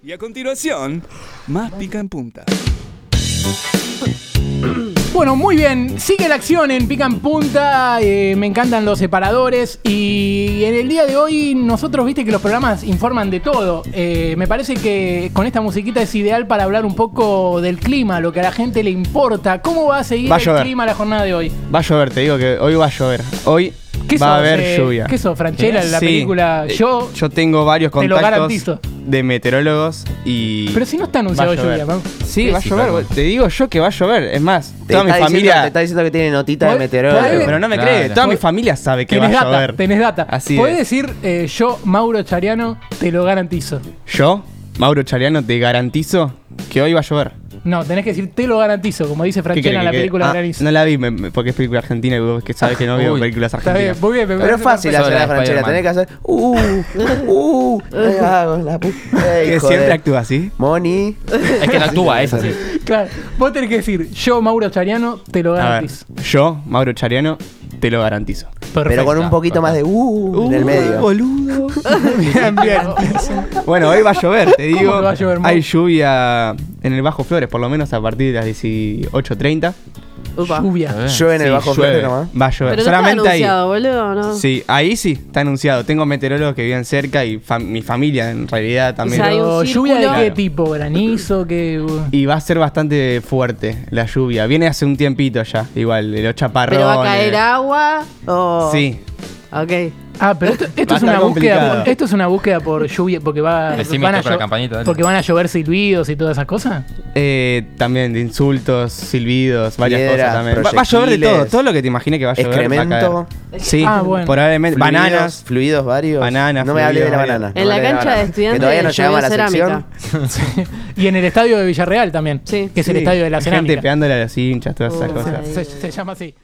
Y a continuación, más pica en punta. Bueno, muy bien. Sigue la acción en Pica en Punta. eh, me encantan los separadores. Y en el día de hoy, nosotros viste que los programas informan de todo. Eh, me parece que con esta musiquita es ideal para hablar un poco del clima, lo que a la gente le importa. ¿Cómo va a seguir Va a el llover. clima la jornada de hoy? Va a llover, te digo que hoy va a llover. Hoy va a sos, haber eh, lluvia. ¿Qué sos, Franchella, en la Sí. película Eh, Yo? Yo tengo varios Te lo contactos garantizo. de meteorólogos y. Pero si no está va anunciado a llover. lluvia, ¿no? Sí, va a Sí, llover. Paco. Te digo yo que va a llover. Es más, Te toda mi está diciendo- familia. te está diciendo que tiene notita de ¿Puede- puede- meteorólogo. Pero no me Claro. crees. Toda mi familia sabe que va a Tenés data, llover. tenés data. Así Podés es. decir, eh, yo, Mauro Chariano, te lo garantizo. Yo, Mauro Chariano, te garantizo que hoy va a llover. No, tenés que decir, te lo garantizo, como dice ¿Qué Franchella crees en la que- película ah, Granizo. No la vi me- me- porque es película argentina y vos que sabes que no veo Uy. películas Está bien, argentinas. muy bien, me Pero es parece fácil perfecto. hacer la Sobre franchera, tenés que Spider-Man. hacer. ¡Uh! ¡Uh! ¿Qué hago? La puta. Ey, Que joder. siempre actúa así. Moni. Es que no actúa, es así. Claro, vos tenés que decir, yo, Mauro Chariano, te lo A ver, garantizo. yo, Mauro Chariano, te lo garantizo. Pero con un poquito más de uh, en el medio. boludo. bien, bien. Bueno, hoy va a llover, te ¿Cómo digo. que va a llover, Mau? Hay lluvia en el Bajo Flores, por lo menos a partir de las 18.30. Upa. Lluvia. Yo en el Sí, bajo llueve. frente nomás. Va a llover. Pero no está Solamente ahí. anunciado, boludo, ¿no? Sí, ahí sí, está anunciado. Tengo meteorólogos que viven cerca y fam- mi familia en realidad también. O sea, hay Pero, un ¿Lluvia de qué círculo. tipo? ¿Granizo? ¿Qué? uh, Y va a ser bastante fuerte la lluvia. Viene hace un tiempito ya, igual, de los chaparrones. Pero va a caer agua o... Sí. Ok. Ah, pero esto, esto Va a es una búsqueda estar complicado. por, esto es una búsqueda por lluvia, porque va Decime van a toca la llo- campanita, dale. porque van a llover silbidos y todas esas cosas. Eh, también de insultos, silbidos, varias Piedras, cosas también. Va, va a llover de todo, proyectiles, todo lo que te imagines que va a llover. va a excremento, caer. Sí, Ah, bueno. probablemente. fluidos- Bananas. Fluidos varios. Bananas, No me hables de la fluidos banana. varios. no En me la hables de cancha de banana. estudiantes Que todavía no llovió llegamos a la sección. cerámica. Y en el estadio de Villarreal también, Sí. que es el Sí, estadio de la Gente cerámica. pegándole a las hinchas, todas esas Oh, cosas. sí. Se, se llama así.